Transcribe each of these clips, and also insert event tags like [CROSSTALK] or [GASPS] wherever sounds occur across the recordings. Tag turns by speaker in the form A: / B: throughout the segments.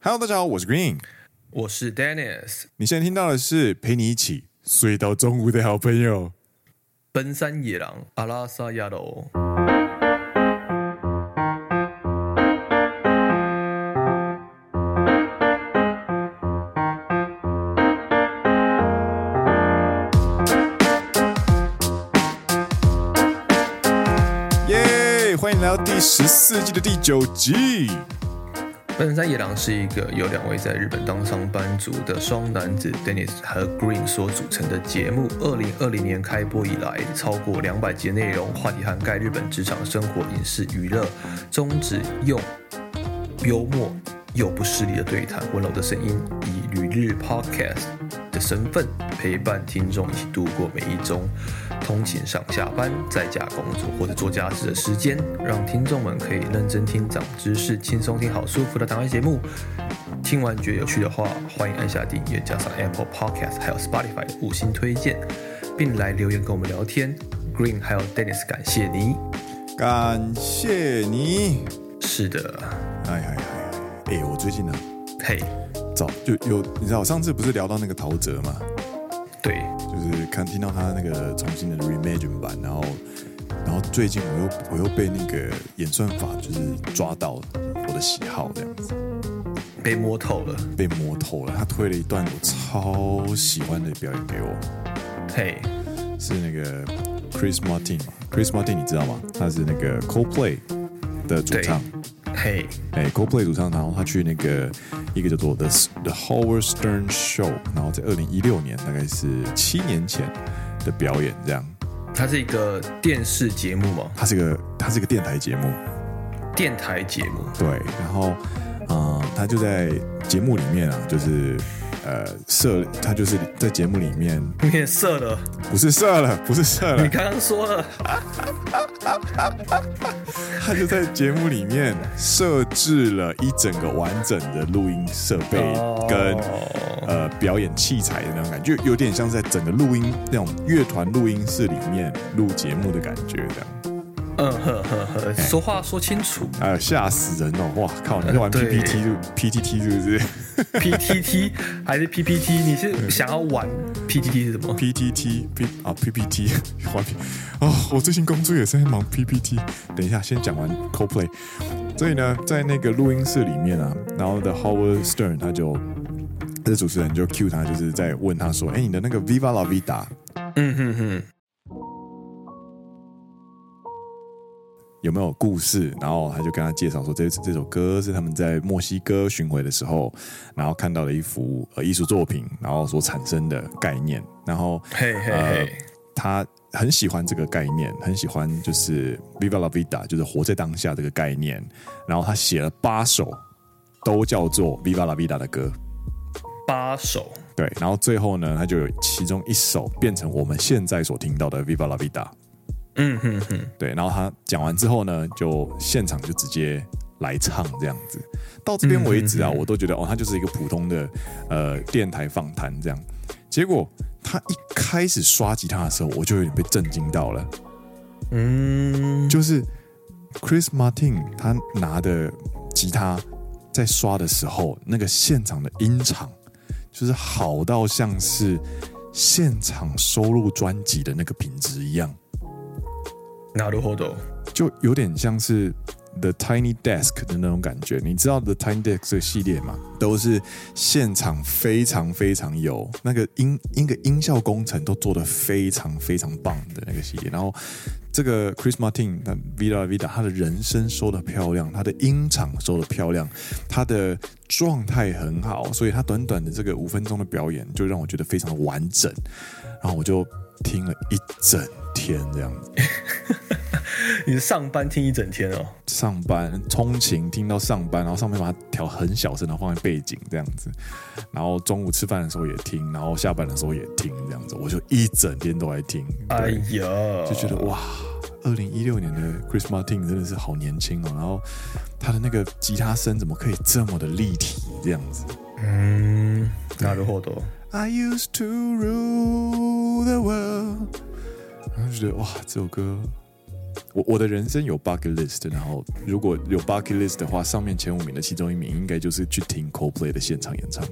A: Hello，大家好，我是 Green。
B: 我是 Dennis，
A: 你现在听到的是陪你一起睡到中午的好朋友。
B: 奔山野狼阿拉萨亚罗。
A: 耶、欢迎来到第十四季的第九集。
B: 奔山野狼是一个由两位在日本当上班族的双男子 Dennis 和 Green 所组成的节目。二零二零年开播以来，超过两百集的内容，话题涵盖日本职场、生活、影视、娱乐，宗旨用幽默又不失礼的对谈，温柔的声音，以旅日 Podcast 的身份陪伴听众一起度过每一种通勤上下班、在家工作或者做家事的时间，让听众们可以认真听、长知识、轻松听好舒服的档案节目。听完觉得有趣的话，欢迎按下订阅，加上 Apple Podcast 还有 Spotify 的五星推荐，并来留言跟我们聊天。Green 还有 Dennis，感谢你。
A: 感谢你。
B: 是的，
A: 哎呀呀呀！哎、我最近呢、
B: 嘿，
A: 早就有，你知道，我上次不是聊到那个陶喆嘛，
B: 对，
A: 就是看听到他那个重新的 reimagine 版，然后，然后最近我又我又被那个演算法就是抓到我的喜好这样子。
B: 被摸透了。
A: 被摸透了。他推了一段我超喜欢的表演给我，
B: 嘿，
A: 是那个 Chris Martin。Chris Martin 你知道吗？他是那个 Coldplay 的主
B: 对
A: 唱。，
B: 嘿，
A: 哎，Coldplay 主唱，然后他去那个一个叫做 The The Howard Stern Show，然后在二零一六年，大概是七年前的表演这样。
B: 它是一个电视节目嘛，
A: 它是个它是个电台节目，
B: 电台节目，
A: 对，然后，嗯、他就在节目里面啊，就是呃设，他就是在节目里面
B: 你也射了，
A: 不是射了，不是射了
B: 你，刚刚说了，
A: 他就在节目里面设置了一整个完整的录音设备
B: 哦
A: 跟、呃表演器材的那种感觉，就有点像是在整个录音那种乐团录音室里面录节目的感觉这样。
B: 嗯呵呵呵，说话说清楚
A: 哎、呦，吓死人哦！哇靠，你在玩
B: 对
A: PPT 就 PTT 是不是
B: ，PTT 还是 PPT？你是想要玩 PTT 是什么？
A: ？PTT P 啊 [LAUGHS] PPT 玩 P 哦，我最近工作也是在忙 PPT。等一下，先讲完 CoPlay。所以呢，在那个录音室里面啊，然后的 Howard Stern 他就，他的主持人就 cue 他，就是在问他说：“哎、你的那个 Viva la Vida
B: 嗯哼哼，
A: 有没有故事？”然后他就跟他介绍说这，这首歌是他们在墨西哥巡回的时候，然后看到了一幅呃艺术作品，然后所产生的概念。然后
B: 嘿嘿
A: 呃
B: 嘿，
A: 他很喜欢这个概念，很喜欢就是 Viva la vida，就是活在当下这个概念。然后他写了八首都叫做 Viva la vida 的歌。
B: 八首，
A: 对，然后最后呢，他就有其中一首变成我们现在所听到的《Viva la Vida》。
B: 嗯哼哼，
A: 对，然后他讲完之后呢，就现场就直接来唱这样子。到这边为止啊，我都觉得哦，他就是一个普通的呃电台访谈这样。结果他一开始刷吉他的时候，我就有点被震惊到了，
B: 嗯，
A: 就是 Chris Martin 他拿的吉他在刷的时候，那个现场的音场就是好到像是现场收录专辑的那个品质一样，
B: 拿鲁后头，
A: 就有点像是 The Tiny Desk 的那种感觉。你知道 The Tiny Desk 这个系列嘛？都是现场非常非常有那个音那个音效工程都做得非常非常棒的那个系列。然后这个 Chris Martin 那 Vida Vida 他的人声收的漂亮，他的音场收的漂亮，他的状态很好，所以他短短的这个五分钟的表演就让我觉得非常的完整。然后我就听了一整天这样子。
B: 你是上班听一整天哦，
A: 上班通勤听到上班，然后上班把它调很小声，然后放在背景这样子，然后中午吃饭的时候也听，然后下班的时候也听这样子，我就一整天都在听，
B: 哎
A: 对，
B: 呀，
A: 就觉得哇，二零一六年的 Chris Martin 真的是好年轻哦，然后他的那个吉他声怎么可以这么的立体这样子
B: 嗯，拿鲁后头，
A: ？I used to rule the world，然后就觉得哇，这首歌我我的人生有 bucket list，然后如果有 bucket list 的话，上面前五名的其中一名应该就是去听 Coldplay 的现场演唱。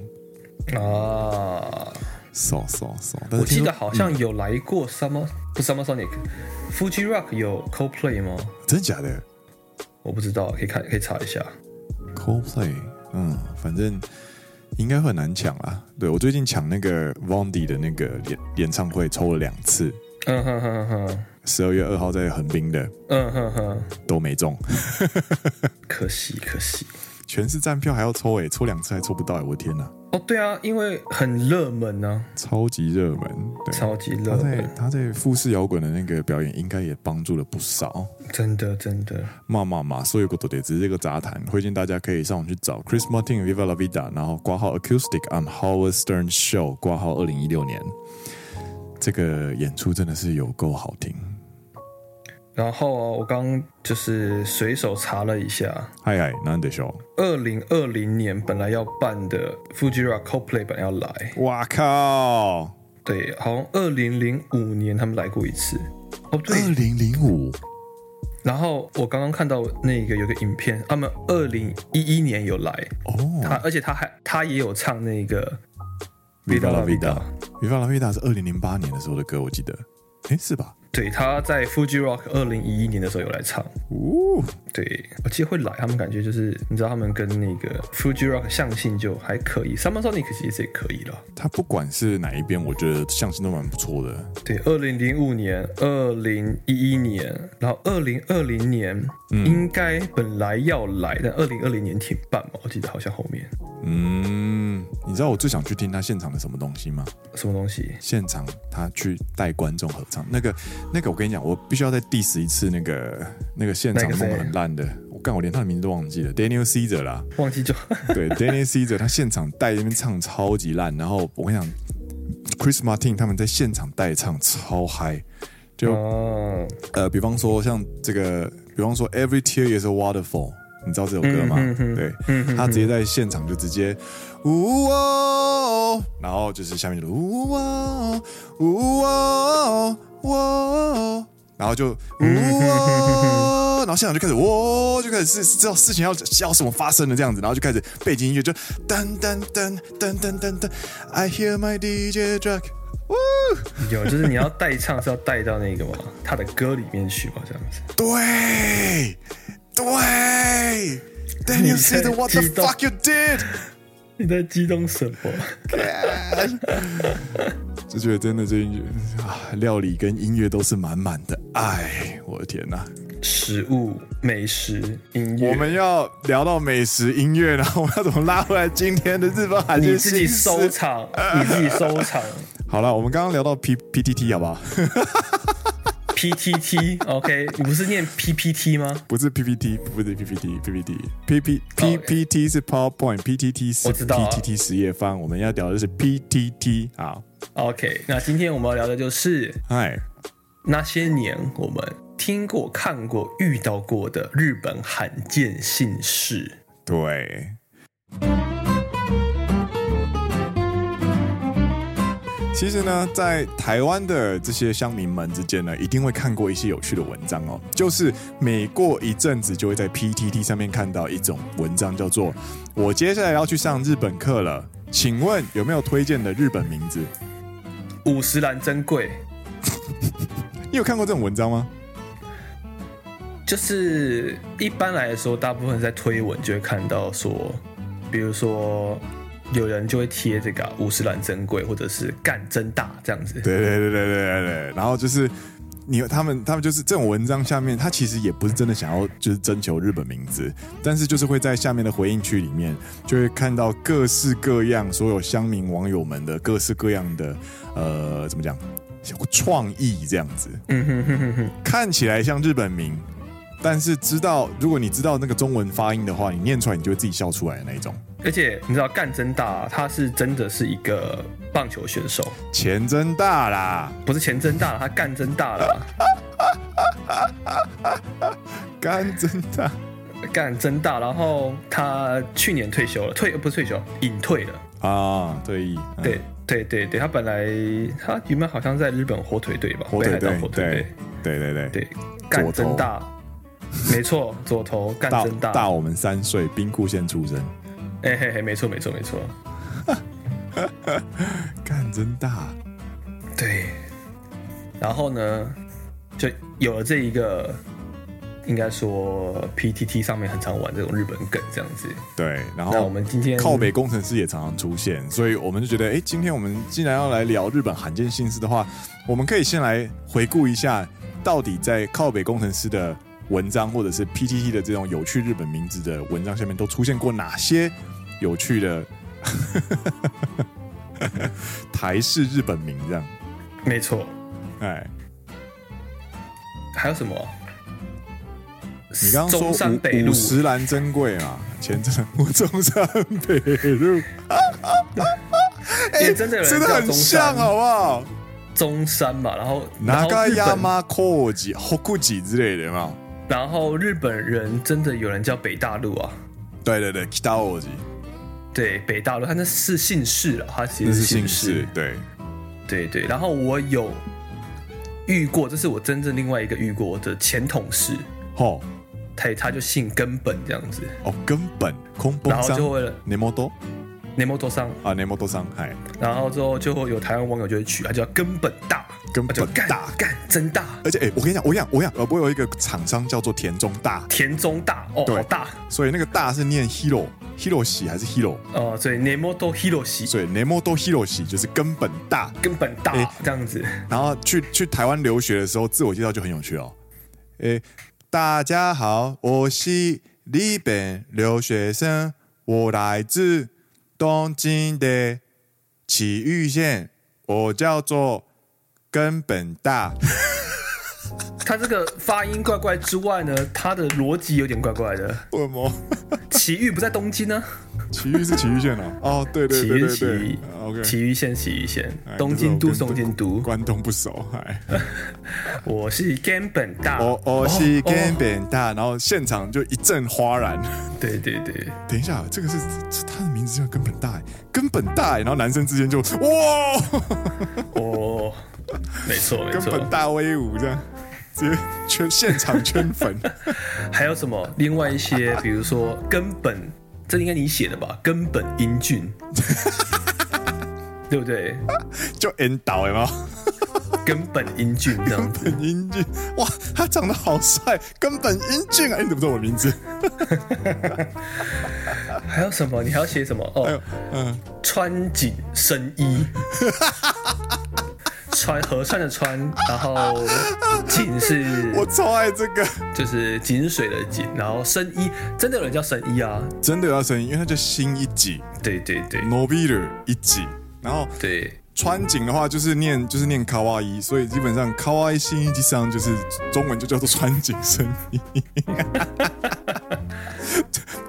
B: 啊，
A: 骚骚骚！但是
B: 我记
A: 听
B: 得
A: 说嗯
B: 好像有来过 Summer 不 Summer Sonic，Fuji Rock 有 Coldplay 吗？
A: 真假的
B: 我不知道，可以看可以查一下。
A: Coldplay，嗯，反正应该会很难抢啦。对我最近抢那个 Vondi 的那个演演唱会抽了两次，
B: 嗯哼哼哼，
A: 十二月二号在横滨的
B: 嗯哼哼，
A: 都没中，
B: 可惜可惜。
A: 全是站票还要抽诶、欸抽两次还抽不到诶、我的天哪，
B: 哦，对啊，因为很热门呢、
A: 超级热门，对。
B: 超级
A: 他
B: 热
A: 在
B: 门，
A: 他在富士摇滚的那个表演，应该也帮助了不少。
B: 真的真的。
A: 嘛嘛嘛，所有ことで只是一个杂谈，推荐大家可以上网去找 Chris Martin Viva La Vida，然后挂号 Acoustic on Howard Stern Show，挂号二零一六年。这个演出真的是有够好听。
B: 然后啊，我刚就是随手查了一下，
A: 嗨嗨，なんでしょ
B: 二零二零年本来要办的 Fuji Rock Coldplay 本来要来，
A: う？哇靠！
B: 对，好像二零零五年他们来过一次。哦，
A: 二
B: 对，
A: 零零五，
B: 然后我刚刚看到那个有个影片，他们二零一一年有来，
A: 哦
B: 他而且他还他也有唱那个
A: Viva La
B: La
A: Vida，Viva La Vida 是二零零八年的时候的歌，我记得。诶，是吧？
B: 对，他在 Fuji Rock 二零一一年的时候有来唱。
A: 呜，
B: 对，我记得会来，他们感觉就是你知道他们跟那个 Fuji Rock 相性就还可以，Summer Sonic 其实也可以了。
A: 他不管是哪一边，我觉得相信都蛮不错的。
B: 对，二零零五年、二零一一年，然后二零二零年、应该本来要来，但二零二零年停办嘛，我记得好像后面
A: 嗯，你知道我最想去听他现场的什么东西吗？
B: 什么东西
A: 现场他去带观众合唱，那个那个，我跟你讲，我必须要再 diss 一次那个那个现场
B: 那个
A: 弄
B: 谁
A: 得很烂的，我干，我连他的名字都忘记了，Daniel Caesar 啦，
B: 忘记就
A: 对，Daniel Caesar 他现场带那边唱超级烂，然后我跟你讲，Chris Martin 他们在现场带唱超嗨，
B: [LAUGHS]
A: 就、
B: 哦，
A: 呃，比方说像这个，比方说 Every Tear Is a Waterfall，你知道这首歌吗？
B: 嗯哼
A: 对，
B: 嗯
A: 他直接在现场就直接，呜哦，然后就是下面就呜哦，呜哦，呜哦，然后就呜哦，然后现场就开始哦哇，就开始是知道事情要要什么发生了这样子，然后就开始背景音乐就噔噔噔噔噔噔噔，I hear my DJ drag，呜。哦
B: 有就是你要带唱是要带到那个嘛，他的歌里面去嘛，这样子。
A: 对，对，Daniel
B: 你在
A: said what [LAUGHS] the
B: 激动
A: fuck you did，
B: 你在激动什么？
A: 就觉得真的最近就啊，料理跟音乐都是满满的爱，我的天哪！
B: 食物、美食、音乐，
A: 我们要聊到美食、音乐，然后我们要怎么拉回来今天的日本海
B: 你
A: 鲜
B: 自己
A: 新
B: 收
A: 食？ [LAUGHS]
B: 藏，
A: 啊
B: 你自己收藏。
A: 好了，我们刚刚聊到 P P T T 好不好？
B: PTT，OK，、你不是念 PPT 吗？
A: 不是 P P T，不是 P P T，P P T，P P P P T 是 PowerPoint，P T T 是
B: 我知道啊
A: P T T 实业方，我们要聊的是 P T T。好，
B: OK，那今天我们要聊的就是
A: 嗨，
B: 那些年我们听过、看过、遇到过的日本罕见姓氏。
A: 对，其实呢，在台湾的这些乡民们之间呢，一定会看过一些有趣的文章哦。就是每过一阵子，就会在 PTT 上面看到一种文章，叫做“我接下来要去上日本课了，请问有没有推荐的日本名字
B: 五十岚珍贵，”。
A: 你有看过这种文章吗？
B: 就是一般来说，大部分在推文就会看到说，比如说有人就会贴这个啊五十岚珍贵，或者是干真大这样子。
A: 对对对对对对对。然后就是你他们他们就是这种文章下面，他其实也不是真的想要就是征求日本名字，但是就是会在下面的回应区里面，就会看到各式各样所有乡民网友们的各式各样的呃怎么讲创意这样子，
B: 嗯哼哼哼哼，
A: 看起来像日本名。但是知道，如果你知道那个中文发音的话，你念出来你就会自己笑出来的那一种。
B: 而且你知道干真大啊，他是真的是一个棒球选手，
A: 钱真大啦，
B: 不是钱真大了，他干真大了 [LAUGHS] 啊。
A: 肝真大。
B: 干真大，然后他去年退休了，退呃不是退休，隐退了。
A: 啊，对，嗯
B: 对、对对对，他本来他原本好像在日本火腿队吧，
A: 火腿
B: 北海道
A: 队
B: 火，腿
A: 对
B: 队。，
A: 对对对，
B: 对，干
A: 左
B: 真
A: 投
B: 大，没错，左投干
A: 大
B: 真大，
A: 大我们三岁，兵库县出生，
B: 哎嘿嘿，没错没错没错，
A: 干真大，
B: 对。然后呢，就有了这一个，应该说 PTT 上面很常玩这种日本梗这样子。
A: 对，然
B: 那
A: 后
B: 我们今天
A: 哦靠北工程师也常常出现，所以我们就觉得，哎、今天我们既然要来聊日本罕见姓氏的话，我们可以先来回顾一下，到底在靠北工程师的文章或者是 PTT 的这种有趣日本名字的文章下面，都出现过哪些有趣的 [LAUGHS] 台式日本名这样？
B: 没错，
A: 哎，
B: 还有什么？
A: 你刚刚说
B: 中山北
A: 五
B: 路
A: 五十岚珍贵嘛，前阵我中山北
B: [LAUGHS]
A: 路，哎
B: 也真的有人
A: 真的
B: 叫
A: 很
B: 中
A: 像，
B: 山，
A: 好不好？
B: 中山嘛，然后然
A: 哪
B: 后
A: 个
B: 日
A: 亚
B: 本，
A: 马阔吉、后库吉之类的嘛？
B: 然后日本人真的有人叫北大陆啊，
A: 对对对，kita o 吉，
B: 对，北大陆，他那是姓氏了，他其
A: 那
B: 实
A: 是
B: 姓
A: 姓氏，对，
B: 对对。然后我有遇过，这是我真正另外一个遇过我的前同事，
A: 吼
B: 他他就姓根本这样子，
A: 哦，根本空崩
B: 然后
A: 伤
B: 就会
A: 内摩多
B: 内摩多桑，
A: 啊，内摩多伤害，
B: 然后之后就会有台湾网友就会取，他叫根本大，
A: 根本
B: 他就干
A: 大
B: 干真大，
A: 而且哎、我跟你讲，我跟你讲，我跟你讲，呃，我有一个厂商叫做田中大，
B: 田中大哦，
A: 对
B: 好大
A: 所以那个大是念 hero hero 喜还是 hero，
B: 哦，所以内摩多 hiro 西
A: 所以内摩多 hero 喜就是根本大。
B: 根本大
A: 哎
B: 这样子。
A: 然后去去台湾留学的时候，自我介绍就很有趣哦。诶，大家好，我是日本留学生，我来自东京的崎玉县，我叫做根本 [LAUGHS] 大。
B: 他这个发音怪怪之外呢，他的逻辑有点怪怪的。
A: 为什么？
B: 奇遇不在东京啊呢，
A: 崎玉是崎玉县哦。 [LAUGHS] 哦，对 [LAUGHS] 对
B: 奇
A: 对
B: 遇
A: 对
B: 奇
A: 对
B: 遇
A: 啊，OK。
B: 奇遇县奇遇县
A: 哎，
B: 东京都
A: 这是我
B: 东
A: 跟
B: 京都。
A: 关东不熟，哎，
B: 我是根本大，
A: 我我是
B: 哦
A: 根
B: 哦
A: 本大，然后现场就一阵哗然。
B: 对对对，
A: 等一下，这个是这他的名字叫根本大欸，根本大欸，然后男生之间就哇，
B: 哦，没错没
A: 根本
B: 错。
A: 大威武这样，直接圈现场圈粉。 [LAUGHS]
B: 还有什么？另外一些，比如说根本，这应该你写的吧？根本
A: [LAUGHS]
B: 英俊，对不对？
A: 就 N 导有没有？
B: 根本英俊这样
A: 根
B: 子。
A: 本英俊，哇，他长得好帅，根本英俊啊！你怎么知道我的名字？
B: 还有什么？你还要写什么？
A: 哎
B: 哦
A: 呦，，嗯，
B: 穿紧身衣，穿合穿的穿，然后紧是
A: [LAUGHS] 我超爱这个，
B: 就是井水的井，然后身衣真的有人叫身衣啊？
A: 真的有要声音，因为他叫新一级
B: 对对对
A: n o b i l e 一级，然后
B: 对，
A: 川井的话就是念就是念卡哇伊，所以基本上卡哇伊新一季上就是中文就叫做川井生衣， [LAUGHS]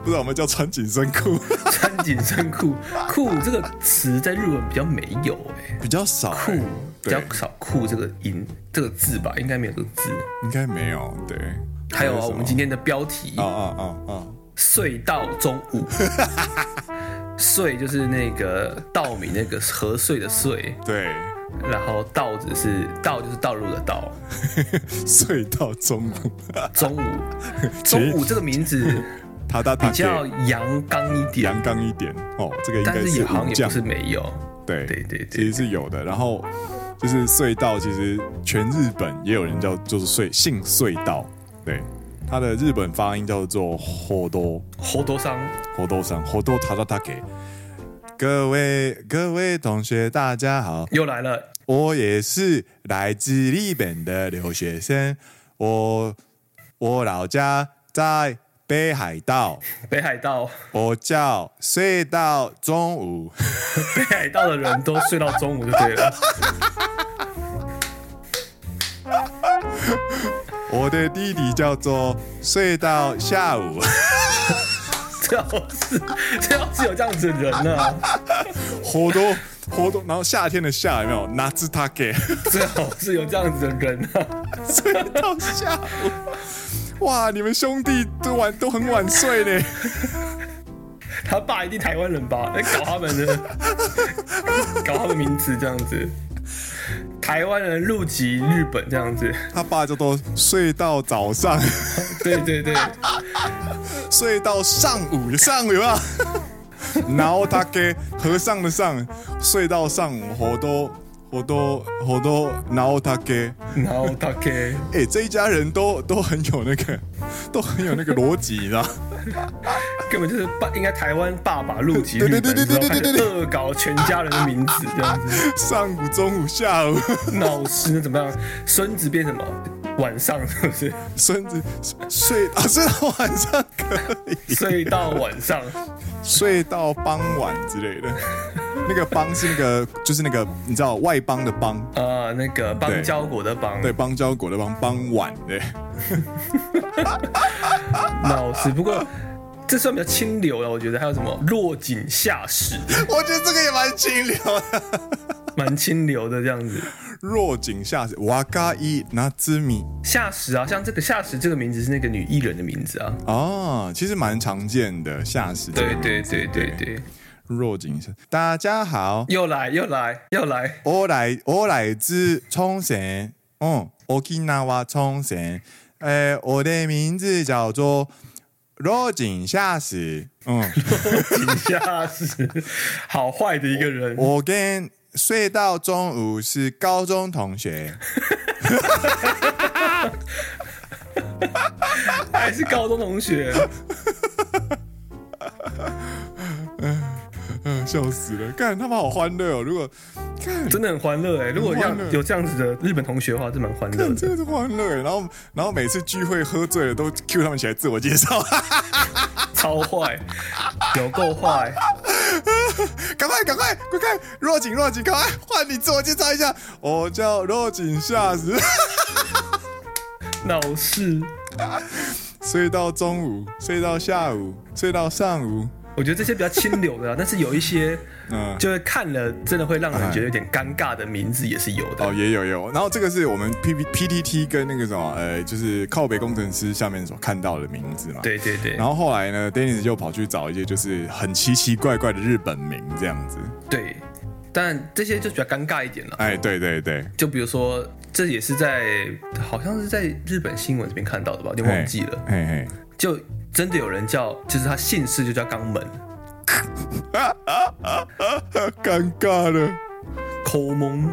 A: 不知道我们叫川井生裤，
B: 穿紧身裤，裤这个词在日文比较没有哎、
A: 比较少、
B: 酷比
A: 对
B: 较少酷这个音这个字吧，应该没有这个字。
A: 应该没有对。
B: 还有啊，
A: 什么
B: 我们今天的标题
A: 啊啊啊啊，
B: 隧道中午。穗就是那个稻米那个禾穗的穗，
A: 对， [LAUGHS]
B: 然后稻子是稻就是道路的稻。
A: 睡到中午，
B: 中午，中午这个名字
A: 他他
B: 比
A: 他
B: 较阳刚一点，
A: 阳刚一点哦，这个应
B: 但
A: 该
B: 是也好像
A: 武
B: 也
A: 将
B: 不是没有。
A: 对
B: 对对对
A: 其实是有的。然后就是隧道，其实全日本也有人叫就是隧姓隧道，对，它的日本发音叫做 hodo
B: 猴头桑，
A: hodo 上 hodo tatatake。各位各位同学，大家好，
B: 又来了，
A: 我也是来自日本的留学生，我我老家在北海道，
B: 北海道，
A: 我叫隧道中午。
B: 北海道的人都睡到中午就对
A: [LAUGHS]
B: 了。
A: 我的弟弟叫做睡到下午， [LAUGHS]
B: 这要是这要是有这样子的人啊呢、
A: 活动活动，然后夏天的夏有没有？拿字他给 [LAUGHS]
B: 最好是有这样子的人呢、啊。
A: 睡到下午。哇，你们兄弟都晚都很晚睡呢，
B: 他爸一定台湾哎人吧？在搞他们的，搞他们名字这样子。台湾人入籍日本这样子，
A: 他爸就都睡到早上， [LAUGHS]
B: 对对对，
A: 睡到上午，上午啊， [LAUGHS] 然后他给和尚的上睡到上午，好多好多好多，然后他给。
B: 然后他可以
A: 哎、这一家人都都很有那个，都很有那个逻辑，你知道？
B: 根本就是爸，应该台湾爸爸入籍日
A: 对
B: 本
A: 对
B: 之
A: 对
B: 后，
A: 对对
B: 开
A: 对对
B: 始恶搞全家人的名字这样子。
A: 上午、中午、下午， [LAUGHS]
B: 闹事，那怎么样？孙子变什么？晚上是不是？
A: 孙子睡啊，睡到晚上可以，
B: 睡到晚上，
A: 睡到傍晚之类的。那个帮是那个，就是那个你知道外邦的邦，
B: 呃，那个邦交国的邦
A: 对，邦交国的邦，傍晚对。
B: 闹事。不过这算比较清流了，我觉得。还有什么落井下
A: [LAUGHS]
B: 石，
A: 我觉得这个也蛮清啊凉的。
B: 蛮清流的这样子。
A: 落井下石，瓦嘎伊拿兹米
B: 下石啊，像这个下石这个名字是那个女艺人的名字啊。
A: 啊，其实蛮常见的下石。
B: 对对对对对，
A: 落井下。大家好，
B: 又来又来又来， [LAUGHS]
A: 我来我来自冲绳，嗯，沖縄冲绳。呃，我的名字叫做落井下石。嗯， [LAUGHS]
B: 井下石，好坏的一个人。
A: 我跟睡到中午是高中同学。
B: 还是高中
A: [LAUGHS]
B: 同学，
A: 嗯， [LAUGHS] 笑死了，看他们好欢乐哦。如果看
B: 真的很欢乐哎、如果
A: 很欢
B: 让
A: 乐
B: 有这样子的日本同学的话，是蛮欢乐
A: 看
B: 的
A: 真。的是欢乐耶，然后然后每次聚会喝醉了都 Q 他们起来自我介绍， [LAUGHS]
B: 超坏，有够坏。
A: 赶快赶快快快，若锦若锦，赶快换你自我介绍一下，我叫若锦夏子，
B: 闹事。
A: 睡到中午，睡到下午，睡到上午，
B: 我觉得这些比较清流
A: [LAUGHS]
B: 的、啊，但是有一些
A: 嗯。
B: 就会看了真的会让人觉得有点尴尬的名字也是有的。
A: 哦，也有也有，然后这个是我们 P P P T T 跟那个什么，呃，就是靠北工程师下面所看到的名字嘛。。
B: 对对对
A: 然后后来呢，Dennis 就跑去找一些就是很奇奇怪怪的日本名这样子。
B: 对，但这些就比较尴尬一点了。
A: 哎，对对对，
B: 就比如说，这也是在好像是在日本新闻这边看到的吧，有点忘记了。
A: 嘿嘿。
B: 就真的有人叫，就是他姓氏就叫肛门
A: 尴尬了，
B: 抠蒙，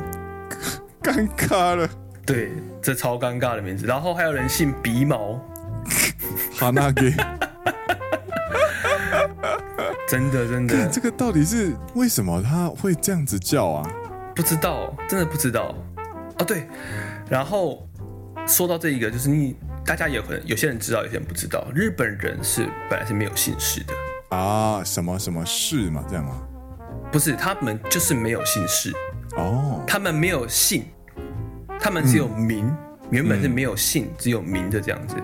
A: 尴尬了。
B: 对，这超尴尬的名字。然后还有人姓鼻毛，
A: 哈纳给，
B: 真的真
A: [LAUGHS]
B: 的
A: [LAUGHS] 这个到底是为什么他会这样子叫啊？
B: 不知道，真的不知道。哦，对，然后说到这一个，就是你大家也有可能有些人知道，有些人不知道，日本人是本来是没有姓氏的，
A: 啊，什么什么事嘛，这样啊吗？
B: 不是他们就是没有姓氏，
A: 哦，
B: 他们没有姓，他们只有名。原本是没有姓，只有名的这样子。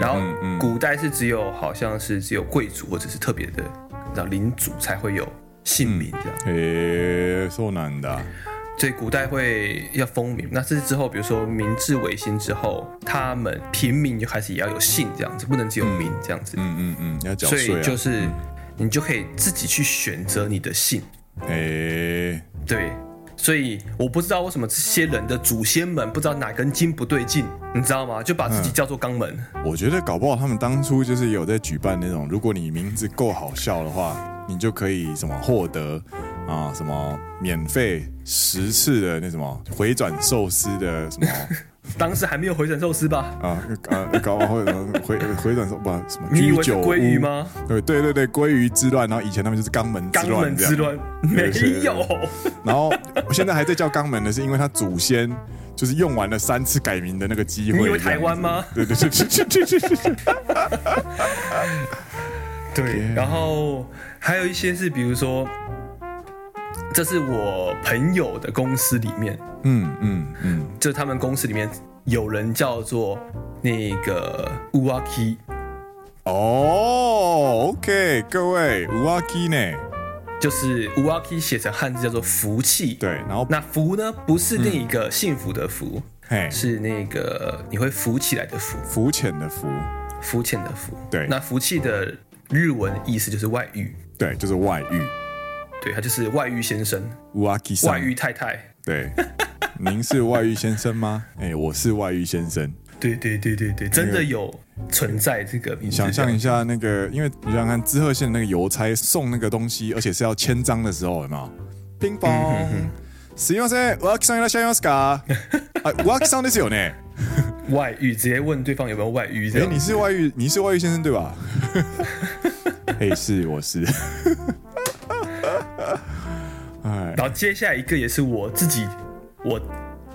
B: 然后
A: 嗯嗯嗯
B: 古代是只有好像是只有贵族或者是特别的，你知道领主才会有姓名这样。
A: 诶，そうなんだ。
B: 所以古代会要封名，那这之后，比如说明治维新之后，他们平民就开始也要有姓这样子，不能只有名这样子，
A: 嗯嗯嗯，要缴
B: 所
A: 税
B: 以就
A: 啊。
B: 是、你就可以自己去选择你的姓，
A: 诶，
B: 对。所以我不知道为什么这些人的祖先们不知道哪根筋不对劲，你知道吗？就把自己叫做肛门，
A: 我觉得搞不好他们当初就是有在举办那种，如果你名字够好笑的话，你就可以什么获得啊什么免费十次的那什么回转寿司的什么
B: 当时还没有回转寿司吧？
A: 啊啊，搞不好会有什么回回转寿不什么
B: 你以
A: 居
B: 为是
A: 酒
B: 鲑鱼
A: 屋
B: 吗？
A: 对对对对，鲑鱼之乱，然后以前他们就是肛门之
B: 肛
A: 乱
B: 门
A: 这
B: 之
A: 样，
B: 乱没
A: 是
B: 有，
A: 然后现在还在叫肛门的是因为他祖先就是用完了三次改名的那个机会。
B: 你以为台湾吗
A: 这样子？对对对对对对对对。
B: 对，然后还有一些是，比如说，这是我朋友的公司里面，
A: 嗯嗯嗯，
B: 就他们公司里面有人叫做那个乌阿 k
A: 哦，OK，各位五阿 k 呢？
B: 就是乌阿 k 写成汉字叫做福气。
A: 对，，嗯然后
B: 那福呢，不是那个幸福的福，
A: 嘿，
B: 是那个你会浮起来的浮，
A: 浮浅的浮，
B: 肤浅的浮。
A: 对
B: 那福气的日文意思就是外遇，
A: 对，就是外遇，
B: 对，他就是外遇先生、
A: 五阿 k
B: 外遇太太。
A: 对，您是外遇先生吗？哎，我是外遇先生。
B: 对对对对对，真的有存在这个名
A: 你
B: 字。
A: 想象一下那个，因为你想想看，知鹤县那个邮差送那个东西，而且是要签章的时候，有没有？乒乓，すみません、わきさんいらっしゃいますか？啊，わきさんですよね。
B: 外遇，直接问对方有没有外遇这
A: 哎，
B: 样。
A: 你是外遇，你是外遇先生对吧？嘿，是，我是。哎，
B: 然后接下来一个也是我自己，我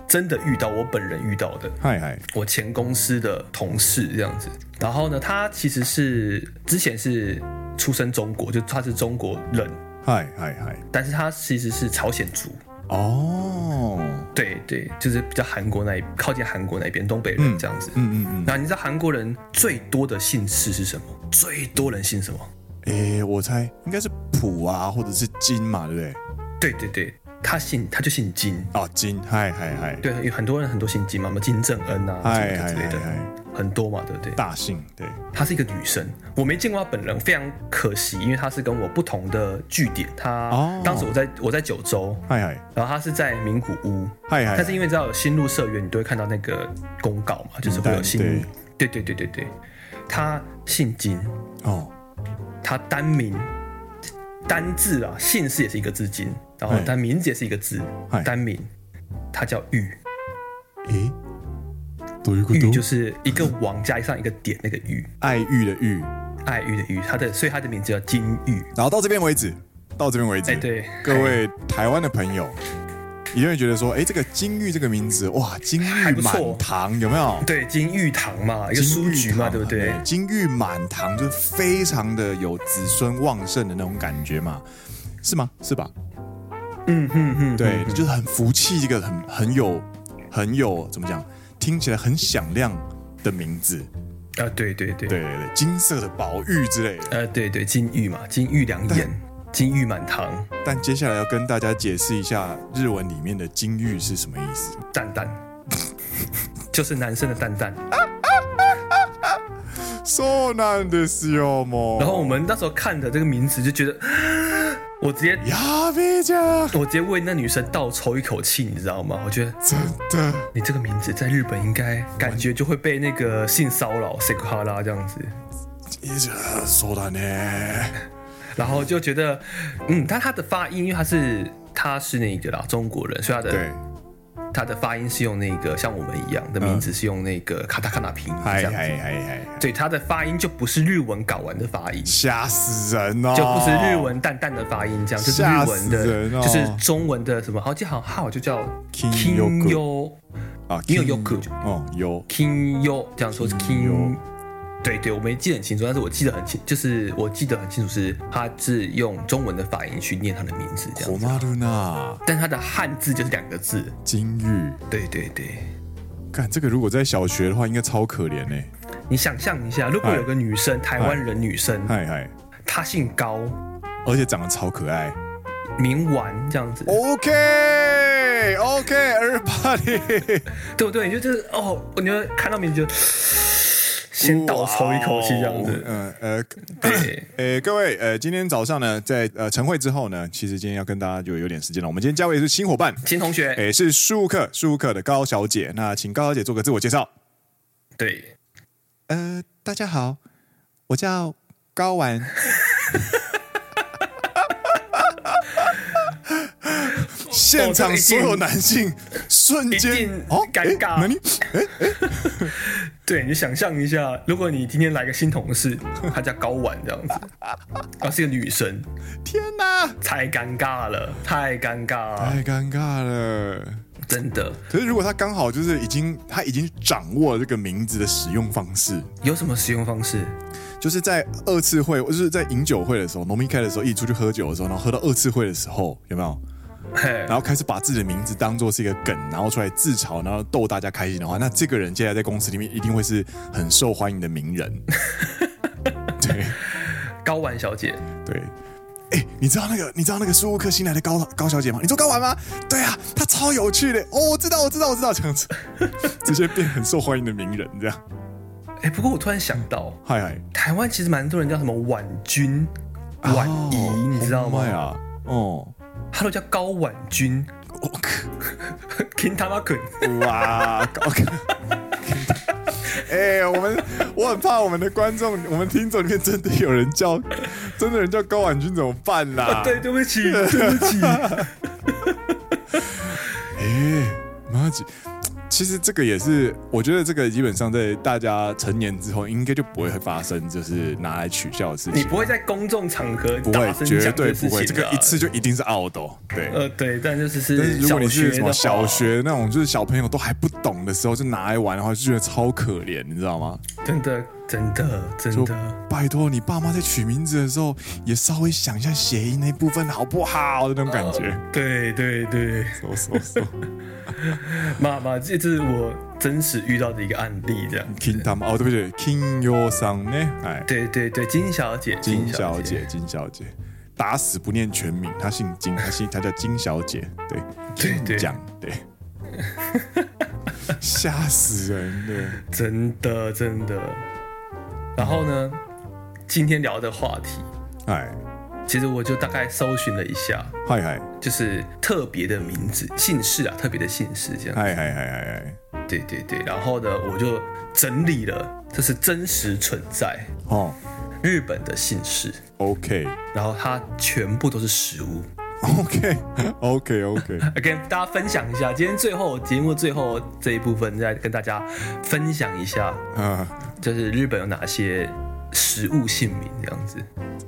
B: 真的遇到，我本人遇到的，
A: 嗨嗨，
B: 我前公司的同事这样子。然后呢，他其实是之前是出生中国，就他是中国人，
A: 嗨嗨嗨，
B: 但是他其实是朝鲜族。
A: 哦，
B: 对对，就是比较韩国那一靠近韩国那边东北人这样子。
A: 嗯嗯嗯，
B: 那你知道韩国人最多的姓氏是什么？最多人姓什么？
A: 哎、我猜应该是普啊，或者是金嘛，对不对？
B: 对对对，他姓他就姓金。
A: 啊，金，嗨嗨嗨，
B: 对，有很多人很多姓金嘛，什么金正恩啊什
A: 嗨
B: 么
A: 嗨
B: 之类
A: 嗨
B: 的，
A: 嗨，
B: 很多嘛，对不对？
A: 大姓，对，
B: 她是一个女生，我没见过她本人，非常可惜，因为她是跟我不同的据点。她、
A: 哦
B: 当时我在我在九州，
A: 嗨嗨
B: 然后她是在名古屋，
A: 嗨嗨，
B: 但是因为知道有新入社员，你都会看到那个公告嘛，就是会有新
A: 名单，
B: 对对对对对，她姓金，
A: 哦，
B: 她单名单字啊，姓氏也是一个字金，然后
A: 哎
B: 她名字也是一个字
A: 哎，
B: 单名，她叫玉，
A: 哎、どういうこ
B: 玉
A: と？
B: 就是一个王加上一个点那个玉，
A: 爱玉的玉，
B: 爱玉的玉，她的所以她的名字叫金玉。
A: 然后到这边为止，到这边为止，
B: 哎，对，
A: 各位台湾的朋友，一定会觉得说，哎、这个金玉这个名字，哇，金
B: 还
A: 玉
B: 不错
A: 满堂，有没有？
B: 对，金玉堂嘛，一个
A: 金
B: 书
A: 玉
B: 局嘛，
A: 堂啊
B: 对不对？？
A: 金玉满堂就是非常的有子孙旺盛的那种感觉嘛，是吗？是吧？
B: 嗯哼哼，
A: 对，就是很福气，一个很很有很有怎么讲，听起来很响亮的名字。
B: 啊，对对对，
A: 对对对，金色的宝玉之类的。
B: 呃，对对，金玉嘛，金玉良言，金玉满堂，
A: 但接下来要跟大家解释一下日文里面的金玉是什么意思。
B: 蛋蛋， [LAUGHS] 就是男生的蛋蛋。
A: そうなんですよ、もう。
B: 然后我们那时候看的这个名字就觉得， [GASPS] 我直接
A: やべえじゃん，
B: 我直接为那女生倒抽一口气，你知道吗？我觉得
A: 真的。
B: 你这个名字在日本应该感觉就会被那个性骚扰、s e x 哈拉这样子。
A: そうだね。
B: 然后就觉得，嗯，但他的发音，因为他是他是那个啦中国人，所以他的
A: 对，
B: 它的发音是用那个像我们一样的名字是用那个卡塔卡纳拼音这
A: 嗨
B: 样
A: 嗨
B: 子，
A: 嗨嗨，
B: 对它的发音就不是日文搞完的发音，
A: 吓死人哦！
B: 就不是日文淡淡的发音这样，就是日
A: 吓
B: 文
A: 死
B: 的，
A: 人哦
B: 就是中文的什么，好记好好就叫
A: Kinyoku
B: 优
A: 啊，
B: 你有 yoku
A: 哦，有
B: King 优这样说是
A: Kinyo
B: King，对对，我没记得很清楚，但是我记得很清，就是我记得很清楚是它是用中文的发音去念它的名字这样
A: 红
B: 子，
A: 马露娜
B: 但它的汉字就是两个字，
A: 金玉，
B: 对对对。
A: 看这个如果在小学的话，应该超可怜呢。
B: 你想象一下，如果有个女生，台湾人女生，
A: 嗨嗨，
B: 她姓高，
A: 而且长得超可爱。
B: 名丸这样子，
A: OK OK everybody，
B: 对不对？你就就是哦，你就看到名字就 [SIGHS] 先倒抽一口气这样子。
A: 嗯呃
B: [COUGHS] 对，
A: 呃，各位呃，今天早上呢，在呃晨会之后呢，其实今天要跟大家就有点时间了。我们今天嘉伟是新伙伴，
B: 新同学，
A: 诶，是数课数课的高小姐。那请高小姐做个自我介绍。
B: 对，
A: 呃，大家好，我叫高玩。现场所有男性瞬
B: 一
A: 间
B: 定
A: 哦
B: 尴尬
A: 诶哪里
B: 对，你就想象一下，如果你今天来个新同事， [LAUGHS] 她叫高婉这样子，然后是个女生，
A: 天哪，
B: 太尴尬了，太尴尬了，
A: 太尴尬了。
B: 真的。
A: 可是如果他刚好就是已经他已经掌握了这个名字的使用方式，
B: 有什么使用方式？
A: 就是在二次会，就是在饮酒会的时候，农民开的时候，一起出去喝酒的时候，然后喝到二次会的时候，有没有？
B: 嘿
A: 然，后开始把自己的名字当做是一个梗，然后出来自嘲，然后逗大家开心的话，那这个人接下来在公司里面一定会是很受欢迎的名人。对
B: 高婉小姐，
A: 对，哎、你知道那个你知道那个苏务克新来的高高小姐吗？你做高玩吗？对啊，她超有趣的。哦，我知道，我知道，我知道，这样子，直接变很受欢迎的名人这样。
B: 哎，不过我突然想到，
A: 嗨嗨，
B: 台湾其实蛮多人叫什么婉君、婉仪，
A: 哦
B: 你知道
A: 红
B: 吗？
A: Oh 麦啊，哦，哦
B: 他都叫高婉君、 [LAUGHS]
A: 我靠！
B: 听他妈滚！
A: 哇，OK。哎、我们我很怕我们的观众、我们听众里面真的有人叫，真的有人叫高婉君怎么办啦、
B: [LAUGHS] 对，对
A: [LAUGHS]
B: 不起，对不起。
A: 哎、妈吉，其实这个也是，我觉得这个基本上在大家成年之后，应该就不会发生，就是拿来取笑的事情。
B: 你不会在公众场合
A: 不
B: 大
A: 会，
B: 声
A: 绝
B: 讲
A: 对
B: 这
A: 不
B: 事
A: 会，这
B: 情
A: 个
B: 的啊
A: 一。次就一定是 out 哦。对，
B: 呃，对，但就是是
A: 但是如果你
B: 小
A: 是
B: 学
A: 什么
B: 的
A: 小
B: 话，
A: 学那种，就是小朋友都还不懂的时候，就拿来玩的话，就觉得超可怜，你知道吗？
B: 真的真的真
A: 就
B: 的，
A: 拜托你爸妈在取名字的时候，也稍微想一下谐音那部分好不好的那种感觉。
B: 对对对，
A: [LAUGHS] 嗖嗖
B: 哦
A: 嗖，
B: 妈妈，这这是我真实遇到的一个案例，这样。
A: 听他们哦，对不对？King your son 呢？哎，
B: 对对对，金小姐，
A: 金
B: 小
A: 小姐，金小姐，打死不念全名，她姓金，她姓她叫金小姐，对，
B: 对对
A: 讲对，
B: [LAUGHS]
A: 吓死人了，
B: 真的真的。然后呢，今天聊的话题，
A: 哎，
B: 其实我就大概搜寻了一下，
A: 嗨嗨
B: 就是特别的名字、姓氏啊，特别的姓氏这样。
A: 嗨嗨嗨嗨嗨，
B: 对对对，然后呢，我就整理了，这是真实存在
A: 哦
B: 日本的姓氏，
A: ，OK [LAUGHS]
B: 然后它全部都是食物。
A: OK OK OK，
B: 来跟大家分享一下，今天最后节目最后这一部分，再跟大家分享一下，
A: 啊，
B: 就是日本有哪些食物姓名这样子。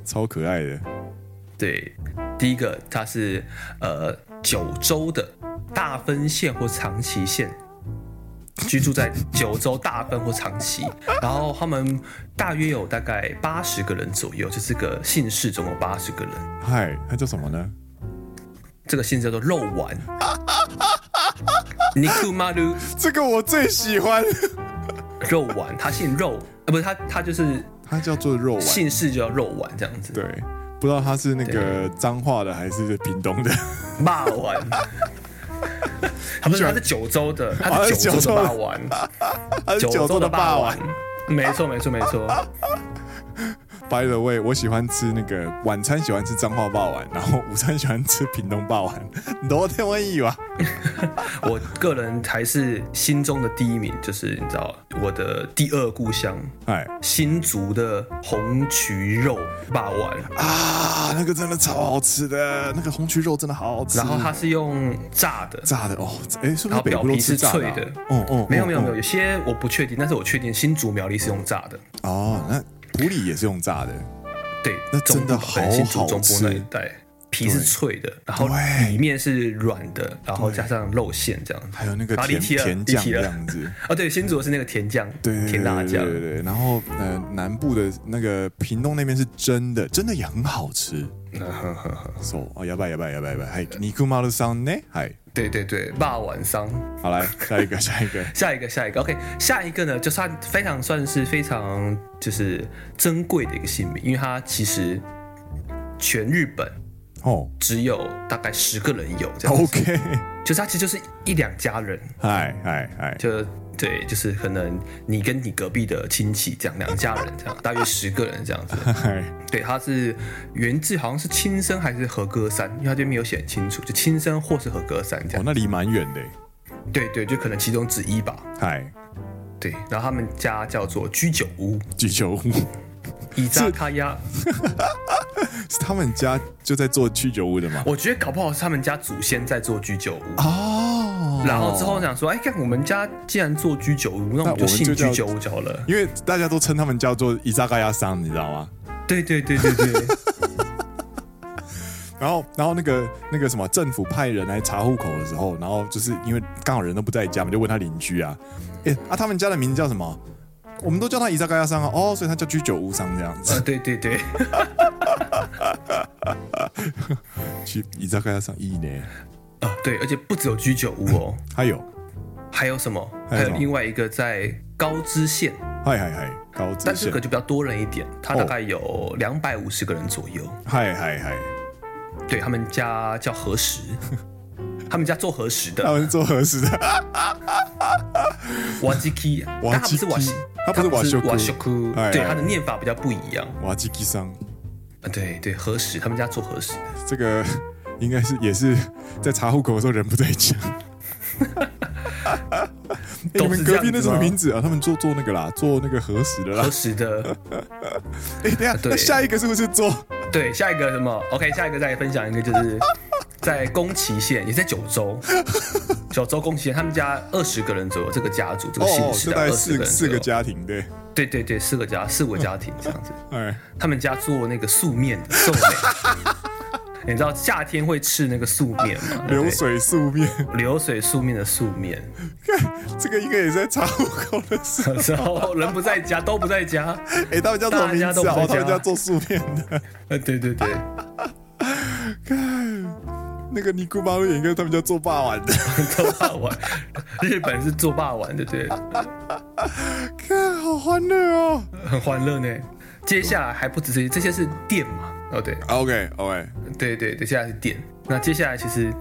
A: 超可爱的，
B: 对，第一个它是呃九州的大分县或长崎县，居住在九州大分或长崎，然后他们大约有大概八十个人左右，就是个姓氏总共八十个人，
A: 嗨，她叫什么呢？
B: 这个姓叫做肉丸。尼库马鲁
A: 这个我最喜欢，
B: 肉丸，他姓肉，呃，不是他，他就是
A: [LAUGHS] 它叫做肉丸，
B: 姓氏就叫肉丸这样子，
A: 对，不知道它是那个彰化的还是屏东的。 [LAUGHS]
B: 霸丸。他不是，他是九州的，他是九州的霸丸，
A: 他是啊九州的霸王。。
B: 没错，没错，没错。
A: By the way，我喜欢吃那个晚餐喜欢吃彰化霸王，然后午餐喜欢吃屏东霸王。 [LAUGHS] 罗天文以吧？
B: 我个人还是心中的第一名，就是你知道我的第二故乡
A: 哎
B: 新竹的红曲肉霸丸，
A: 啊，那个真的超好吃的，那个红曲肉真的好好吃。
B: 然后它是用炸的，
A: 炸的哦，哎、是不是
B: 然后
A: 北
B: 表
A: 部都
B: 皮
A: 吃
B: 是
A: 炸
B: 脆
A: 的、啊？
B: 的。
A: 哦哦，
B: 没有没有
A: 哦
B: 没有，有些我不确定，但是我确定新竹苗栗是用炸的。
A: 哦，那普里也是用炸的，
B: 对，
A: 那
B: 中
A: 真的
B: 部本新
A: 好
B: 竹
A: 好
B: 中部
A: 吃
B: 那一带，皮是脆的，然后
A: 对
B: 里面是软的，然后
A: 对
B: 加上肉馅这样子。
A: 还有那个
B: 啊
A: 甜
B: 离题了
A: 甜
B: 离
A: 酱
B: 题
A: 这
B: 了
A: 样子。
B: 啊，对，新竹是那个甜酱，
A: 对对对
B: 甜辣
A: 对
B: 酱。
A: 对对，然后呃，南部的那个屏东那边是真的，真的也很好
B: [LAUGHS]
A: 吃。so 哦，やばいやばいやばいやばい。はい、肉丸さんね。はい。
B: 对对对，霸晚桑。
A: 好
B: [LAUGHS]
A: 来，下一个，下一个。
B: 下一个，下一个，OK，下一个呢，就是它非常算是非常就是珍贵的一个姓名，因为它其实全日本 [LAUGHS]
A: 哦
B: 只有大概十个人有这样子，
A: ，OK，
B: 就是它其实就是一两家人，
A: 嗨嗨
B: [LAUGHS]
A: 嗨，
B: 就对，就是可能你跟你隔壁的亲戚这样，两家人这样，大约十个人这样
A: [LAUGHS]
B: 子。
A: 嗨，
B: 对，他是源自好像是亲生还是和歌山，因为他这边没有写很清楚，就亲生或是和歌山这
A: 哦，
B: 样。
A: 那离蛮远的耶。
B: 对对，就可能其中之一吧。
A: 嗨，
B: 对，然后他们家叫做居酒屋
A: 居酒屋 [LAUGHS]
B: 伊扎卡亚，
A: 是他们家就在做居酒屋的吗？
B: 我觉得搞不好是他们家祖先在做居酒屋。
A: 哦，
B: 然后之后，想说，哎，看我们家既然做居酒屋，
A: 那
B: 那我们就
A: 我们
B: 姓
A: 就叫
B: 居酒屋就好了。
A: 因为大家都称他们叫做伊扎嘎亚桑，你知道吗？
B: 对对对对
A: [LAUGHS]
B: 对，
A: 然后，然后那个那个什么政府派人来查户口的时候，然后就是因为刚好人都不在家嘛，就问他邻居啊，哎啊，他们家的名字叫什么？我们都叫他伊扎嘎亚桑啊，哦，所以他叫居酒屋桑这样
B: 呃，
A: 子。
B: 对对 [LAUGHS] 对，呃
A: 去伊扎嘎亚桑一年，
B: 啊对，而且不只有居酒屋哦，
A: 还有，
B: 还有什么？
A: 还有什
B: 还有
A: 么
B: 另外一个在高知县，
A: 嗨嗨嗨，高知
B: 但这
A: 县
B: 个，就比较多人一点，他
A: 哦
B: 大概有两百五十个人左右。
A: 嗨嗨嗨，
B: 对他们家叫何 [LAUGHS] 时，他们家做何时
A: 他
B: 的
A: 们是做何时
B: [LAUGHS]
A: 的？
B: 瓦基基，但他不是瓦西
A: Wajiki，，他不是
B: 瓦瓦
A: Washoku
B: 修库
A: 哎，
B: 对
A: 哎
B: 他的念法比较不一样。
A: 哇，吉吉桑，
B: 啊对对，何时他们家做何时的，
A: 这个 [LAUGHS] 应该是也是在查户口的时候人不在
B: [LAUGHS]
A: 家。 [LAUGHS] 欸你
B: 都
A: 们
B: 是
A: 隔壁
B: 这样子
A: 那什么
B: 吗
A: 名字啊？他们做做那个啦，做那个核实的啦
B: 核。实的。
A: 哎、等一下，
B: 啊对
A: 那下一个是不是做？
B: 对，下一个什么？OK，下一个再分享一个， [LAUGHS] 就是在宫崎县，也在九 [LAUGHS] 州，九州宫崎县，他们家二十个人左右，这个家族，这个姓
A: 哦，
B: 氏
A: 这
B: 的
A: 大
B: 二
A: 概
B: 十个
A: 四
B: 人
A: 四
B: 左
A: 个
B: 右，
A: 家庭对。
B: 对对对，四个家，四
A: 嗯
B: 个家庭这样子。
A: 哎，
B: 他们家做那个素面的寿面， [LAUGHS] 你知道夏天会吃那个素面吗？对不对
A: 流水素面， [LAUGHS]
B: 流水素面的素面， [LAUGHS]
A: 这个应该也是在查户口的时候。
B: 然后人不在家，都不在家，
A: 哎、他们叫什么名
B: 大家都
A: 字
B: 不
A: 啊？
B: 在
A: 哦，他们
B: 家
A: 家做素面的。 [LAUGHS]
B: 呃，对对对， [LAUGHS]
A: 那个尼姑妈路也应该他们家做霸王的。 [LAUGHS]
B: 做霸王，日本是做霸王，对不对？
A: 看，好欢乐哦。
B: 很欢乐呢。接下来还不止这些，这些是店嘛？哦，对
A: OK OK，
B: 对对对，接下来是店。那接下来其实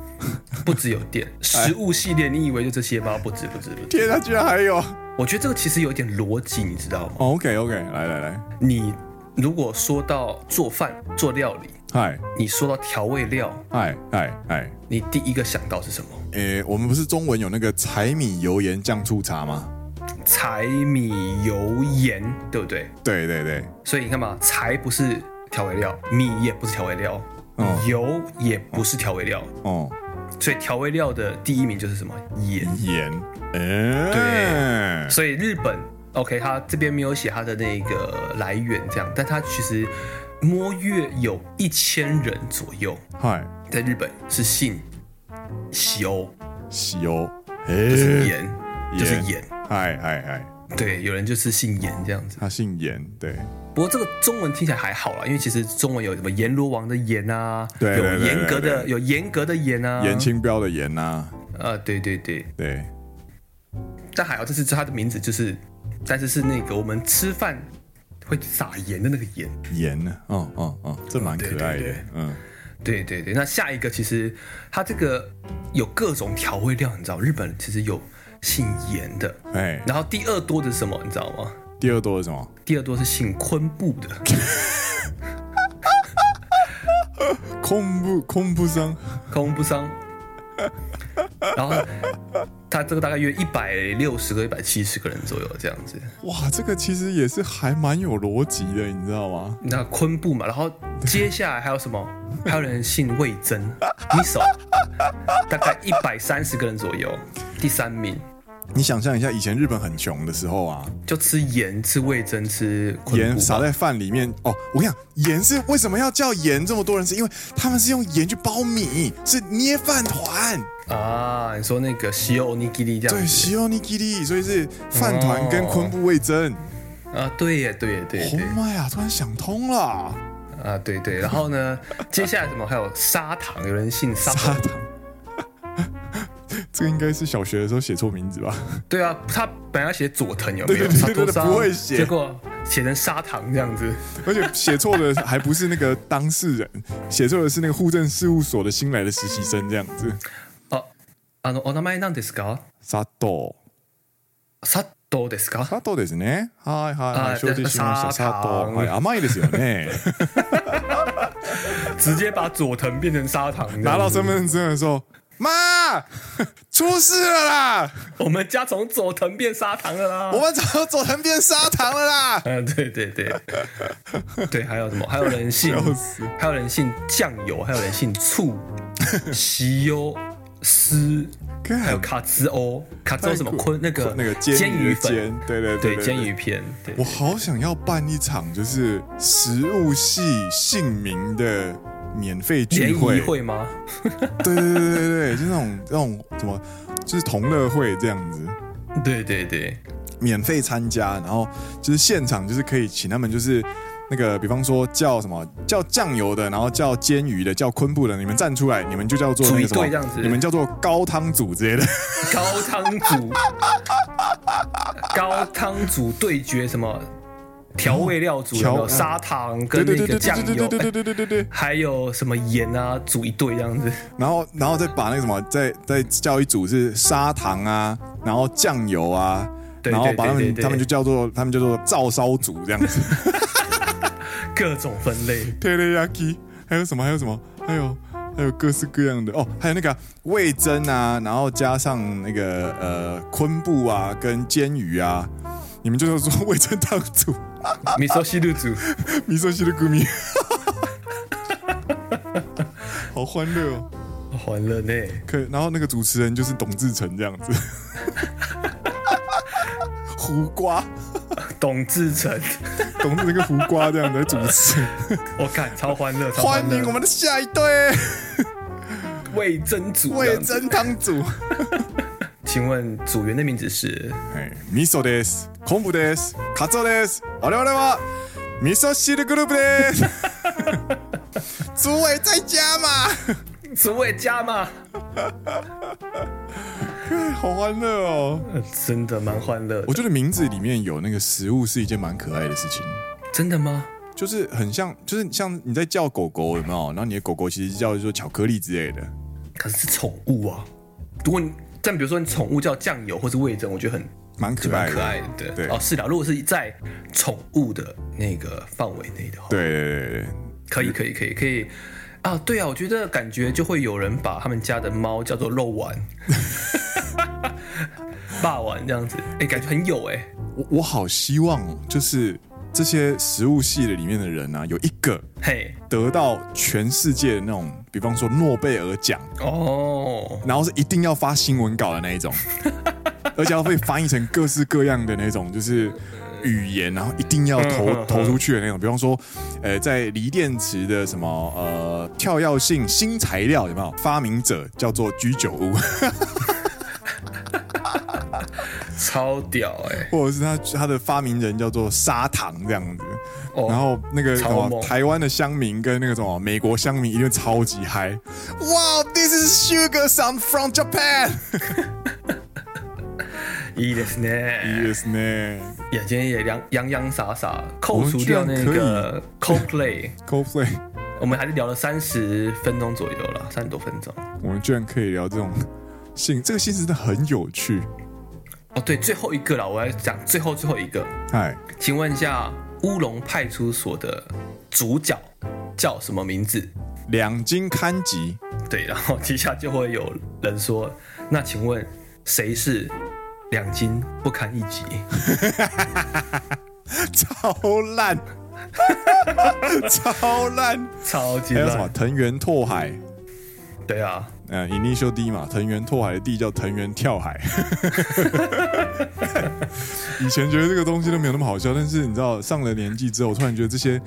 B: 不只有店，食物系列，你以为就这些吗？不止不止不止。
A: 天啊，居然还有。
B: 我觉得这个其实有一点逻辑，你知道吗？
A: OK OK，来来来，
B: 你如果说到做饭做料理，
A: 嗨
B: 你说到调味料，
A: 嗨嗨嗨，
B: 你第一个想到是什么？
A: 诶、我们不是中文有那个柴米油盐酱醋茶吗？
B: 柴米油盐，对不对？
A: 对对对，
B: 所以你看嘛，柴不是调味料，米也不是调味料，
A: 哦
B: 油也不是调味料，
A: 哦，
B: 所以调味料的第一名就是什么盐。
A: 盐，嗯，
B: 所以日本 OK，它这边没有写它的那个来源这样，但它其实摸月有一千人左右
A: 嗨，
B: 在日本是信喜欧，
A: 西油，
B: 就是
A: 诶，
B: 盐，就是盐。
A: 哦哎嗨嗨嗨，
B: 对，有人就是信盐这样子。
A: 他姓盐，对，
B: 不过这个中文听起来还好啦，因为其实中文有什么阎罗王的阎啊，
A: 对对
B: 有
A: 对
B: 严格
A: 对
B: 的有严格的严啊，
A: 严清标的盐呐、啊，
B: 啊，对对对。
A: 对，
B: 但还好，这是它的名字，就是但是是那个我们吃饭会撒盐的那个盐。
A: 盐呢，哦哦哦，这蛮可爱的
B: 对对对，
A: 嗯，
B: 对对对，那下一个其实它这个有各种调味料，你知道，日本其实有姓盐的，
A: 哎，
B: 然后第二多的是什么，你知道吗？
A: 第二多是什么？
B: 第二多是姓昆布的，
A: 空不空不伤，
B: 昆布桑。然后它这个大概约一百六十个、一百七十个人左右这样子。
A: 哇，这个其实也是还蛮有逻辑的，你知道吗？
B: 那昆布嘛，然后接下来还有什么？还有人姓魏征 m i s o 大概一百三十个人左右，第三名。
A: 你想象一下，以前日本很穷的时候啊，
B: 就吃盐、吃味噌、吃昆布
A: 盐
B: 嘛
A: 撒在饭里面哦。我跟你讲，盐是为什么要叫盐？这么多人是因为他们是用盐去包米，是捏饭团，
B: 啊，你说那个西欧尼基利这
A: 对，
B: 样子
A: 西欧尼基利，所以是饭团
B: 哦
A: 跟昆布味噌。
B: 啊？对耶，对耶，对耶
A: 红
B: 对耶
A: 妈呀，突然想通了， [LAUGHS]
B: 啊，对对。然后呢，接下来什么还有砂糖，有人姓砂
A: 砂糖。这个应该是小学的时候写错名字吧？ [LAUGHS]
B: 对啊，他本来要写佐藤有没
A: 对
B: 有？
A: 对对
B: 砂
A: 对
B: 多
A: 对
B: 沙
A: 不会写
B: 结果写成砂糖这样子。
A: 而且写错的还不是那个当事人，写错的是那个户政事务所的新来的实习生这样子。
B: 哦，あのお名前なんですか？
A: 砂豆，
B: 砂糖です
A: [LAUGHS]
B: か？
A: 砂豆ですね。はいはいは
B: あ
A: い。兄弟兄弟，砂
B: 砂
A: 豆，
B: 糖
A: はい甘いですよね。
B: [LAUGHS] 直接把佐藤变成砂糖。
A: 拿到身
B: 这样子，
A: 份证的时候，妈，出事了啦！
B: 我们家从佐藤变砂糖了啦。
A: 我们早走成变砂糖了啦！
B: [LAUGHS] 嗯、对对
A: [LAUGHS]
B: 对，对，还有什么？还有人信
A: 笑死，
B: 还有人信酱油，还有人信
A: [LAUGHS]
B: 醋、西优、丝，
A: 干
B: 还有卡兹欧，卡兹欧什么昆那个
A: 那个
B: 煎
A: 煎鱼
B: 鱼
A: 的
B: 呃粉，
A: 煎，对对
B: 对
A: 对
B: 煎鱼。片，对
A: 我好想要办一场就是食物系姓名的免费
B: 联
A: 聚
B: 谊
A: 会，
B: 会吗？
A: 对对对对对对，就那种那种什么，就是同乐会这样子。
B: 对对对，
A: 免费参加，然后就是现场就是可以请他们就是那个，比方说叫什么叫酱油的，然后叫煎鱼的，叫昆布的，你们站出来，你们就叫做那个什
B: 组一
A: 么，
B: 队这样子
A: 你们叫做高汤组之类的。
B: 高汤组，高汤组对决什么？调味料组有没有
A: 调
B: 砂糖
A: 对
B: 跟
A: 对
B: 那
A: 对
B: 个
A: 对
B: 酱
A: 对对
B: 油哎
A: 对，对对对对对。
B: 还有什么盐啊，煮一对这样子。
A: 然后然后再把那个什么，再再叫一组是砂糖啊，然后酱油啊。
B: 对
A: 然后
B: 对
A: 把他
B: 对
A: 们
B: 对对
A: 他们就叫做他们叫做照烧组这
B: [LAUGHS]
A: 样子
B: 各种分类。
A: [LAUGHS] t e r y a k i 还有什么还有什么还有还有各式各样的哦，还有那个啊味噌啊，然后加上那个呃昆布啊跟煎鱼啊，你们就是说味噌汤煮
B: 米寿西路组，
A: [LAUGHS] 米寿西的谷米， [LAUGHS] 好欢乐哦。
B: 欢乐呢，
A: 可然后那个主持人就是董志成这样子， [LAUGHS] 胡瓜，
B: 董志成，
A: 董志成跟胡瓜这样的主持。
B: 我看超欢乐，超
A: 欢
B: 欢乐
A: 迎我们的下一对
B: 味增组
A: 味
B: 这样子。
A: 噌汤组。
B: 请问组员的名字是？
A: はい、味噌です、昆布です、カツオです。我々は味噌汁グループです。 [LAUGHS] 诸位在家吗？
B: 组委家吗？
A: 好欢乐哦！
B: 呃真的蛮欢乐的。
A: 我觉得名字里面有那个食物是一件蛮可爱的事情，
B: 真的吗？
A: 就是很像，就是像你在叫狗狗有没有？然后你的狗狗其实叫做巧克力之类的，
B: 可是是宠物啊。如果你但比如说你宠物叫酱油或是味增，我觉得很
A: 蛮
B: 就
A: 可爱
B: 蛮
A: 的。
B: 可爱的。
A: 对
B: 哦，是的，如果是在宠物的那个范围内的话，，
A: 对对对对
B: 可以，可以，可以，可以。啊，对啊，我觉得感觉就会有人把他们家的猫叫做肉丸、 [LAUGHS] 霸丸这样子，哎、感觉很有哎、
A: 我我好希望哦，就是这些食物系的里面的人啊，有一个
B: 嘿，
A: 得到全世界的那种，比方说诺贝尔奖，
B: 哦，
A: 然后是一定要发新闻稿的那一
B: [LAUGHS]
A: 种，而且要被翻译成各式各样的那种，就是语言，然后一定要
B: 嗯
A: 投
B: 嗯
A: 投出去的那种。比方说，呃，在锂电池的什么呃跳跃性新材料有没有？发明者叫做居酒屋， [LAUGHS]
B: 超屌哎、
A: 或者是他他的发明人叫做砂糖这样子。
B: 哦，
A: 然后那个什
B: 超
A: 么
B: 猛
A: 台湾的乡民跟那个什么美国乡民一定超级嗨。Wow, this is sugar some from Japan.
B: いいですね。
A: Yes 呢
B: 也今天也洋洋洋洒洒，
A: 我
B: 扣
A: 们
B: 除
A: 居
B: 掉
A: 然
B: 那
A: 可以
B: 个 Coldplay，
A: ，Coldplay，
B: 我们还是聊了三十分钟左右了，三十多分钟。
A: 我们居然可以聊这种性，这个性质真的很有趣。
B: 哦，对，最后一个了，我要讲最后最后一个，
A: 嗨，
B: 请问一下乌龙派出所的主角叫什么名字？
A: 两金刊集， [LAUGHS]
B: 对，然后底下就会有人说，那请问谁是两斤不堪一击？
A: 超烂， [LAUGHS] [LAUGHS] 超烂。
B: 超级
A: 还有什么
B: 烂，
A: 藤原拓海？
B: 哎对啊，
A: 呃，initial D 嘛，藤原拓海的 D 叫藤原跳海。 [LAUGHS] 以前觉得这个东西都没有那么好笑，但是你知道上了年纪之后，突然觉得这些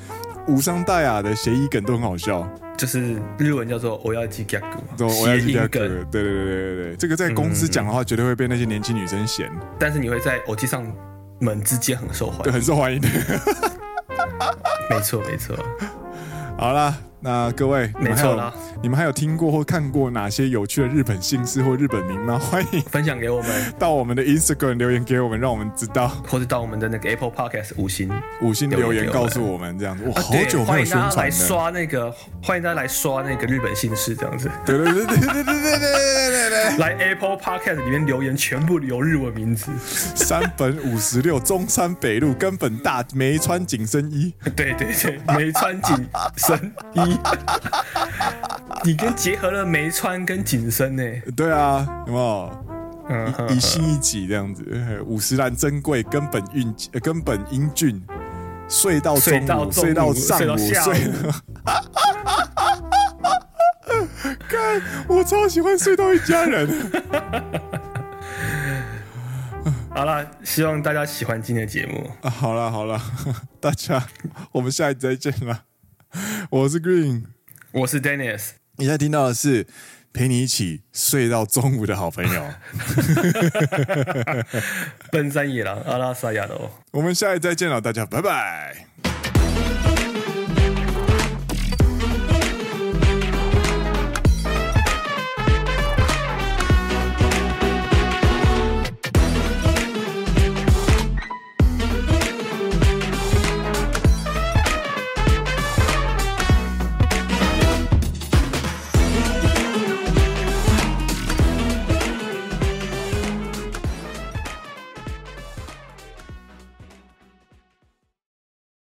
A: 无伤大雅的谐音梗都很好笑。
B: 就是日文叫做我要鸡嘎古
A: 都
B: 嘛，
A: 我要
B: 谐
A: 去加
B: 音
A: 歌，
B: 梗，嗯
A: 对对对对对对，这个在公司讲的话，绝对会被那些年轻女生嫌，
B: 但是你会在偶机上门之间很受欢
A: 对，
B: 迎。
A: 很受欢迎。
B: 没错，没错，
A: 好啦，那各位，你
B: 没
A: 们还
B: 错
A: 有
B: 啦，
A: 你们还有听过或看过哪些有趣的日本姓氏或日本名吗？欢迎
B: 分享给我们，
A: 到我们的 Instagram 留言给我们，让我们知道。
B: 或者到我们的那个 Apple Podcast 五星。啊，
A: 五星留
B: 留言
A: 言
B: 给
A: 告
B: 我们
A: 诉我们这样子，我好
B: 对
A: 久没
B: 欢
A: 有
B: 迎
A: 宣
B: 大家
A: 传
B: 来
A: 了。
B: 刷那个，欢迎大家来刷那个日本姓氏这样子，
A: 对对对对对对对对对对对，
B: 来 Apple Podcast 里面留言全部留日文名字。 [LAUGHS]
A: 三本五十六中山北路根本大没穿紧身衣，
B: 对对对， [LAUGHS] 没穿紧身衣， [LAUGHS] 你跟结合了没穿跟紧身呢、
A: 对啊，有没有？
B: 嗯哼
A: 一一心一己这样子，五十岚珍贵根本运呃根本英俊，睡到中
B: 睡到
A: 午，
B: 中午
A: 睡到上午，
B: 睡到下午
A: 睡。 [LAUGHS] 看，我超喜欢睡到一家人。
B: 好啦，希望大家喜欢今天的节目，
A: 啊好了好了， [LAUGHS] 大家，我们下一集再见了。我是 Green，
B: 我是 Dennis，
A: 你现在听到的是陪你一起睡到中午的好朋友。
B: 奔山野狼阿拉萨亚罗。
A: 我们下一集再见了，大家拜拜。